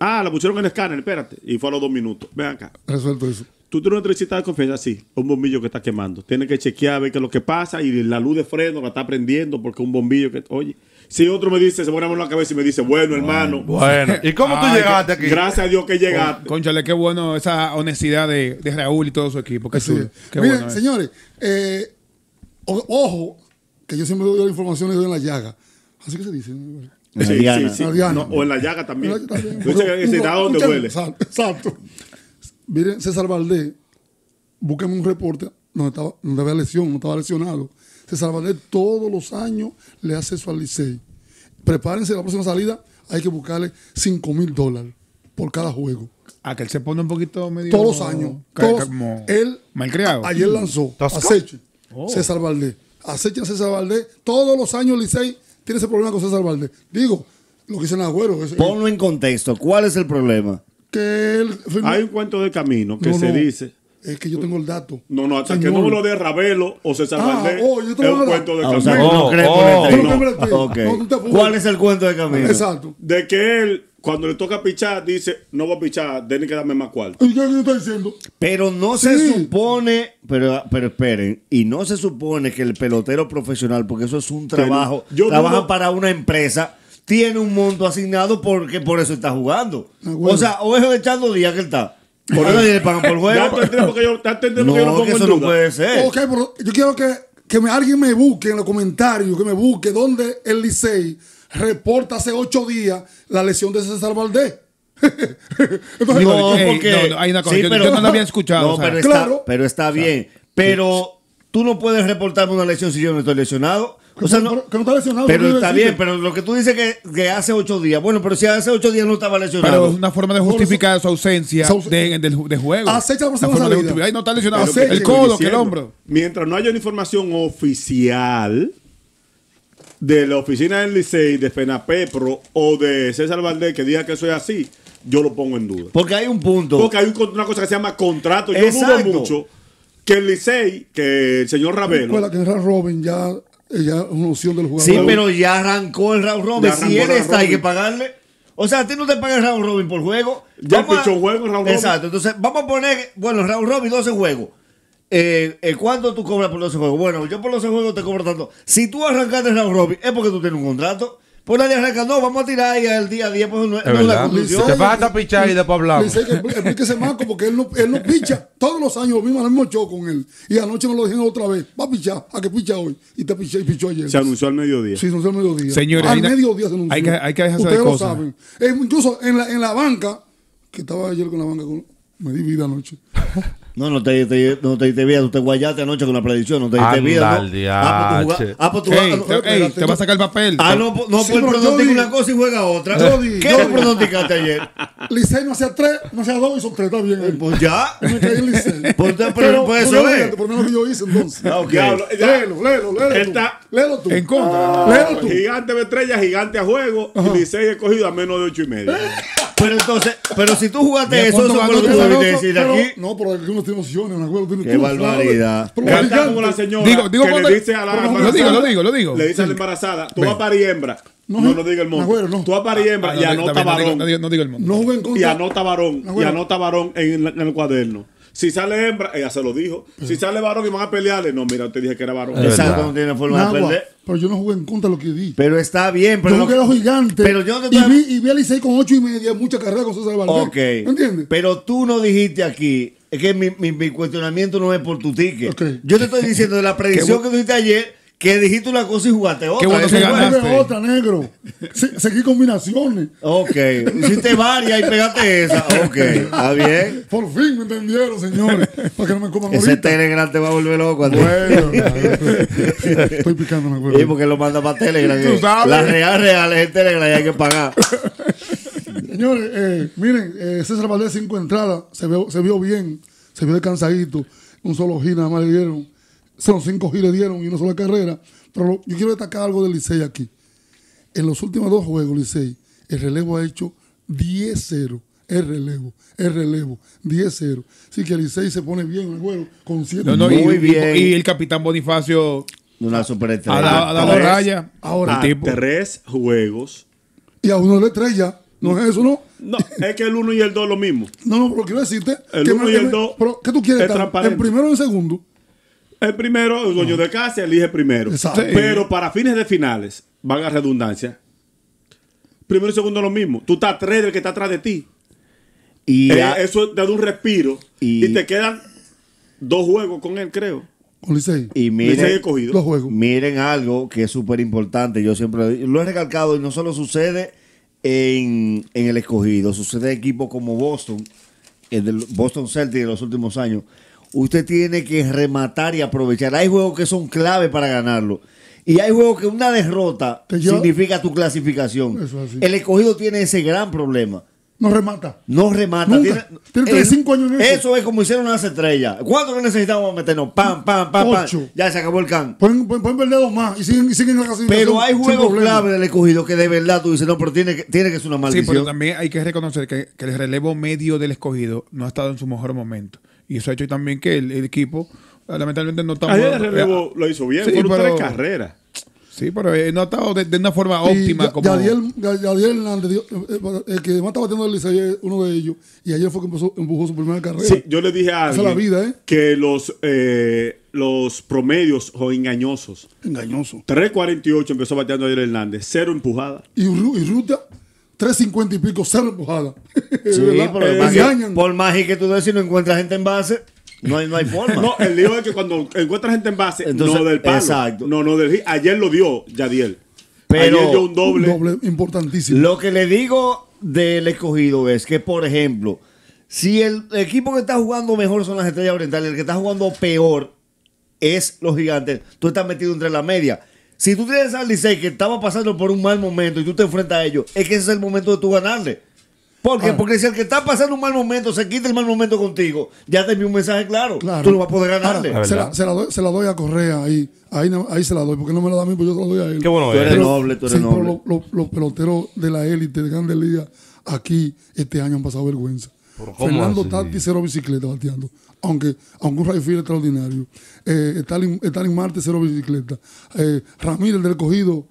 Ah, la pusieron en escáner, espérate. Y fue a los dos minutos. Ven acá. Resuelto eso. Tú tienes una electricidad de confianza, sí. Un bombillo que está quemando. Tienes que chequear, ver qué es lo que pasa. Y la luz de freno la está prendiendo porque un bombillo que. Oye. Si otro me dice, se pone la mano en la cabeza y me dice, bueno, hermano. Bueno, ¿y cómo tú Ay, llegaste aquí? Gracias a Dios que llegaste. Conchale, qué bueno esa honestidad de, de Raúl y todo su equipo. Oh, Qué Así chulo. es. Qué Miren, bueno es. señores, eh, o- ojo, que yo siempre doy la información y doy en la llaga. Así que se dice. ¿no? En la Sí, diana. sí, sí. La diana. No, o en la llaga también. Pero aquí también. Dice que se Uno- da donde un chale- duele. Exacto, Exacto. Miren, César Valdés, búsquenme un reporte donde, estaba, donde había lesión, no estaba lesionado. César Valdés todos los años le hace eso al Licey. Prepárense, la próxima salida hay que buscarle 5 mil dólares por cada juego. Ah, que él se pone un poquito medio. Todos los años. ca- todos- ca- como él malcriado. Mm. Oh. a- ayer lanzó ¿Tosco? acecho César Valdés. Acecho a César Valdés. Todos los años Licey tiene ese problema con César Valdés. Digo, lo que dicen Agüero, que, Ponlo en contexto. ¿Cuál es el problema? que él firmó- Hay un cuento de camino que No, se no, dice. Es que yo tengo el dato. No, no, hasta que Señor. no me lo dé Ravelo o César Ah, Valdés. oh, yo es te lo un voy a dar. cuento de Ah, camino. o sea, que no No, crees oh. por el No, tema. no, espérate. Ok. No, tú te apures. ¿Cuál es el cuento de camino? Exacto. De que él, cuando le toca pichar, dice, no voy a pichar, tiene que darme más cuarto. ¿Y qué yo estoy diciendo? Pero no se Sí. supone, pero, pero esperen, y no se supone que el pelotero profesional, porque eso es un trabajo, yo trabaja dudo- para una empresa, tiene un monto asignado porque por eso está jugando. Ah, bueno. O sea, o es echando días que él está. Por eso le pagan por Ya juego. tú entiendes por qué yo, ya tú entiendes por No, qué yo lo que pongo eso en no duda. puede Eh. ser. Ok, pero yo quiero que, que me- alguien me busque en los comentarios, que me busque donde el Licey reporta hace ocho días la lesión de César Valdés. Entonces, Digo, No, Ey, porque. no, no, hay una cosa, yo- yo no lo había escuchado, No, o sea. pero, está, Claro. pero está bien. Pero tú no puedes reportarme una lesión si yo no estoy lesionado. O sea, no, pero- que no está lesionado. pero no está decirte. bien, pero lo que tú dices que, que hace ocho días. Bueno, pero si hace ocho días no estaba lesionado. Pero es una forma de eso- justificar su ausencia Su aus- de, del- de juego. Acecha la Una próxima forma de salida. justificar. Ay, no está lesionado. Acecha. el Estoy codo, que el diciendo, hombro. Mientras no haya una información oficial de la oficina del Licey, de FENAPEPRO o de César Valdés que diga que eso es así, yo lo pongo en duda. Porque hay un punto. Porque hay un con- una cosa que se llama contrato. Yo Exacto. dudo mucho que el Licey, que el señor Recuerda Ravelo, que Ran Robin ya, ya es una opción del jugador. sí, pero ya arrancó el round robin. Ya Si arrancó él el round está, hay que robin. pagarle. O sea, a ti no te pagan el round robin por juego. Ya Vamos a- empezó un juego, el round robin. Exacto. Entonces, vamos a poner, bueno, el round robin, 12 juegos. Eh, eh, ¿Cuánto tú cobras por 12 juegos? Bueno, yo por 12 juegos te cobro tanto. Si tú arrancaste el round robin, es porque tú tienes un contrato. Pues nadie arranca, no, vamos a tirar ahí al día a día. Pues no, no es la verdad. conclusión. Te falta pichar y después hablamos. Licey, que expl- explíquese más, como que él no, él no picha. Todos los años lo mismo, lo mismo show con él. Y anoche me lo dijeron otra vez. Va a pichar, a que picha hoy. Y te pichó y pichó ayer. se anunció al mediodía. Sí, se anunció al mediodía. Señores, al hay una- mediodía se anunció. hay que- hay que dejarse de Ustedes lo cosas. saben. Eh, incluso en la, en la banca, que estaba ayer con la banca, con- me di vida anoche. No, no te, te- no te diste vida. Tú te guayaste anoche con la predicción. No te diste Anda vida. al ¿no? Ah, pues tú diache. jugaste- Ah, pues tú Ey, jugaste- te, ey, te va a sacar el papel. Ah, no, no Sí, pues pero yo pronostica di- una cosa y juega otra. Yo di- ¿Qué yo tú di- pronosticaste ayer? Licey no hacía tres, no hacía dos, hizo tres, está bien. ahí. Pues ya. Me caí en Licey. Pues usted, pero pues eso pero, es. fíjate, Por lo menos que yo hice entonces. Ah, ok. Diablo, ya. Léelo, léelo, léelo. Él tú. está- Léelo tú. Ah, En contra. Léelo tú. Gigante de estrella, gigante a juego. Y Licey escogido a menos de ocho y medio. Eh, Pero entonces, pero si tú jugaste Mira, eso, ¿cuánto eso fue ganó lo que tú este debiste Pero- decir pero- aquí. No, pero aquí uno tiene opciones, un acuerdo tiene Qué tú, barbaridad. Pero Canta como la gigante. señora Digo- digo que cuando- le dice a la Lo embarazada- digo, lo digo, lo digo. Le dice a la Sí. embarazada, tú Ven. vas para hembra. No, No, no, no. diga el monto. Nagüero, no. Tú vas para hembra Ah, y no, anota está bien, no digo- varón. no digo- No digo el mundo. No jugué en y contra. anota varón, y Nagüero. anota varón en, la- en el cuaderno. Si sale hembra, ella se lo dijo. Si sale varón y van a pelearle, no, mira, te dije que era varón. Exacto, no tiene forma de Nagua, perder. pero yo no jugué en contra de lo que di. Pero está bien, pero. yo lo- jugué los gigantes. Pero yo no te y, estoy- vi, y vi a Licey con ocho y media, mucha carrera con César Valdés. Ok. ¿Me entiendes? Pero tú no dijiste aquí. Es que mi, mi- mi cuestionamiento no es por tu ticket. Ok. Yo te estoy diciendo de la predicción que tú dijiste ayer, que dijiste una cosa y jugaste otra. Qué bueno Eso que es ganaste. bueno. Jugué otra, negro. Se- seguí combinaciones. Ok. Hiciste varias y pegaste esa. Ok. Está bien. Por fin me entendieron, señores. para que no me coman Ese ahorita. Telegram te va a volver loco. a ti. Bueno, estoy picando me Sí, acuerdo. porque lo manda para Telegram. Tú eh. sabes. La real, real es el Telegram y hay que pagar. Señores, eh, miren, eh, César Valdés cinco entradas, se vio, se vio bien, se vio descansadito, un solo gira nada más le dieron, son cinco giros dieron y una sola carrera, pero lo- yo quiero destacar algo del Licey aquí. En los últimos dos juegos, Licey, el relevo ha hecho 10-0, el relevo, el relevo, 10-0. Así que Licey se pone bien en el juego con 7 No, no, y, Muy y- bien. y el capitán Bonifacio Una ha dado, superestrella. ha dado Tres. raya. Ahora, el tipo. tres juegos. y a uno le estrella, no es eso, no. No, es que el uno y el dos lo mismo. No, no, pero quiero decirte. El que uno me- y el me- dos pero, ¿Qué tú quieres? es Carlos? transparente. ¿El primero o el segundo? El primero, el dueño de casa, elige primero. Exacto. Sí. Pero para fines de finales, van a redundancia. Primero y segundo lo mismo. Tú estás tres del que está atrás de ti. Y Eh, a- eso te da un respiro. Y- Y, te quedan dos juegos con él, creo. Con Licey. y Licey miren, escogido. Los juegos. miren algo que es súper importante. Yo siempre lo he recalcado y no solo sucede en, en el escogido, sucede en equipos como Boston, el del Boston Celtics de los últimos años. Usted tiene que rematar y aprovechar. Hay juegos que son clave para ganarlo. Y hay juegos que una derrota Que yo- significa tu clasificación. Eso es así. El escogido tiene ese gran problema. No remata. No remata. Eh, Nunca. Tiene 35 años en eso. Eso es como hicieron las estrellas. ¿Cuánto que necesitamos para meternos? Pam, pam, pam, pam. Ocho. Ya se acabó el can. Pueden, pueden, pueden perder dos más y siguen, y siguen en la clasificación Pero hay sin juegos problema. clave del escogido que de verdad tú dices, no, pero tiene que, tiene que ser una Sí, maldición. pero también hay que reconocer que, que el relevo medio del escogido no ha estado en su mejor momento. Y eso ha hecho también que el, el equipo, ah, lamentablemente, no está. Ah, Ayer Ah, el relevo Ah. lo hizo bien. Sí, Fueron pero- tres carreras. Sí, pero eh, no ha estado de, de una forma Y óptima. Ya- como... Yadiel, Ya- Yadiel Hernández, dio- eh, eh, el que más está batiendo el Licey es uno de ellos. Y ayer fue que empezó- empujó su primera carrera. Sí, yo le dije a Esa es alguien la vida, ¿eh? que los, eh, los promedios o engañosos. Engañoso. 3.48 empezó bateando ayer Hernández. Cero empujada. Y, Ru- y Ruta, 3.50 y pico, cero empujada. Sí, ¿Verdad? pero Me además que- engañan. por más y que tú decís, no encuentras gente en base, no hay, no hay forma. No, el lío es que cuando encuentra gente en base, Entonces, no del palo. exacto. No, no del hit. Ayer lo dio Yadiel. Pero- Ayer dio un Un doble. doble importantísimo. Lo que le digo del escogido es que, por ejemplo, si el equipo que está jugando mejor son las estrellas orientales, el que está jugando peor es los gigantes, tú estás metido entre la media. Si tú tienes al Licey que estaba pasando por un mal momento y tú te enfrentas a ellos, es que ese es el momento de tú ganarle. ¿Por qué? Ah. Porque si el que está pasando un mal momento se quita el mal momento contigo, ya te envió un mensaje claro. Claro. Tú no vas a poder ganarle. Ahora, se, la, se la doy, se la doy a Correa ahí. Ahí, no- ahí se la doy, porque no me la da a mí, pues yo se la doy a él. Qué bueno Tú es. eres noble, tú eres sí, pero noble. lo- lo- los peloteros de la élite de Grandes Ligas aquí este año han pasado vergüenza. cómo Fernando así? Tati, cero bicicleta bateando. Aunque, aunque un Rayfield extraordinario. Eh, Stalin, Stalin Marte, cero bicicleta. Eh, Ramírez del Cogido,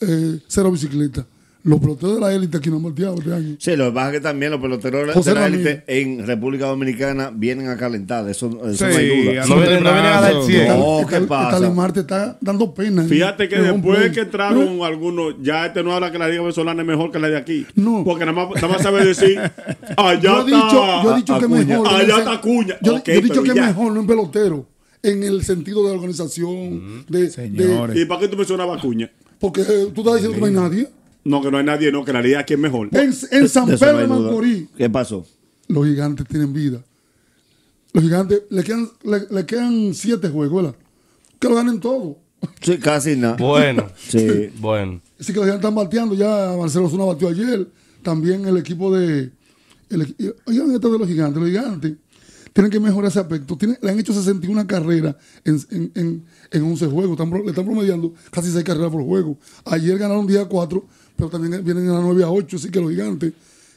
eh, cero bicicleta. Los peloteros de la élite aquí no han bateado este año. Sí, lo que pasa es que también los peloteros José de la Ramírez. élite en República Dominicana vienen a calentar, eso, eso Sí, no hay duda. a No los viene- no viene a dar brazos. 100. No. Stalin- Oh, ¿qué Stalin- pasa? Stalin Marte está dando pena. en- Fíjate que en después home que play. entraron algunos, ya este no habla que la liga venezolana es mejor que la de aquí. No. Porque nada más, nada más sabe decir, allá yo he dicho, está. yo he dicho que Acuña. mejor. en el Allá sen- está Acuña. Yo, Ok, yo he dicho pero que ya. mejor, no en pelotero. En el sentido de la organización. Mm, de- de, Señores. ¿Y para qué tú mencionabas a Acuña? porque eh, tú estás diciendo que no hay nadie. No, que no hay nadie, no, que la liga aquí es mejor. En, en San De eso no hay Pedro de duda. Macorís, ¿Qué pasó? los gigantes tienen vida. Los gigantes le quedan, le, le quedan siete juegos, ¿verdad? Que lo ganen todo. Sí, casi nada. Bueno, Sí. bueno. Así que los gigantes están bateando. Ya Marcelo Zuna batió ayer. También el equipo de. El, equi- oigan, esto de los gigantes. Los gigantes tienen que mejorar ese aspecto. Tienen- le han hecho 61 carreras en, en, en, en 11 juegos. Están pro- le están promediando casi 6 carreras por juego. Ayer ganaron 10 a 4, pero también vienen a 9 a 8. Así que los gigantes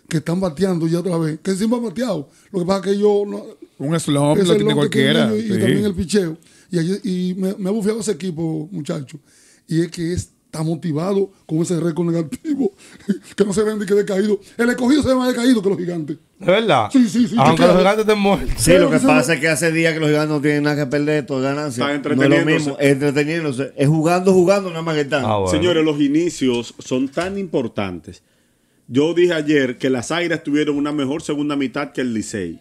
que están bateando ya otra vez, que siempre han bateado. Lo que pasa es que yo no, Un ese es slump pues, lo tiene que tienen cualquiera. ellos Y, y sí. también el picheo. Y, allí- y me, me ha bufeado ese equipo, muchacho. Y es que está motivado con ese récord negativo. que no se vende que decaído. El escogido se ve más decaído que los gigantes. ¿Es verdad? Sí, sí, sí, Aunque claro. los gigantes estén muertos. Sí, lo Pero que eso pasa no- es que hace días que los gigantes no tienen nada que perder, todo es ganancia. Están No es lo entreteniéndose. mismo, entreteniéndose. Es jugando, jugando, nada más que están. Ah, bueno. Señores, los inicios son tan importantes. Yo dije ayer que las Águilas tuvieron una mejor segunda mitad que el Licey,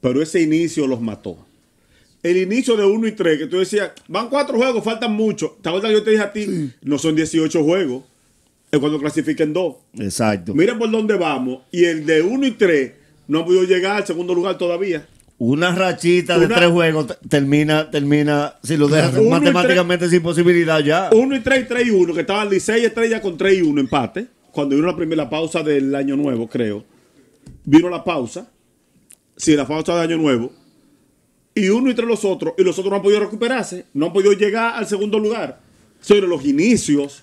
pero ese inicio los mató. El inicio de 1 y 3, que tú decías, van cuatro juegos, faltan mucho. ¿Te acuerdas que yo te dije a ti? No son 18 juegos, es cuando clasifiquen dos. Exacto. Mira por dónde vamos, y el de 1 y 3 no ha podido llegar al segundo lugar todavía. Una rachita de Una- tres juegos te- termina, termina, si lo dejas Uno y tres. matemáticamente sin posibilidad ya. 1 y 3 y 3 y 1, que estaban Licey y Estrella con 3 y 1 empate. Cuando vino la primera la pausa del año nuevo, creo. Vino la pausa. Sí, la pausa del año nuevo. Y uno y tres los otros. Y los otros no han podido recuperarse. No han podido llegar al segundo lugar. Sobre los inicios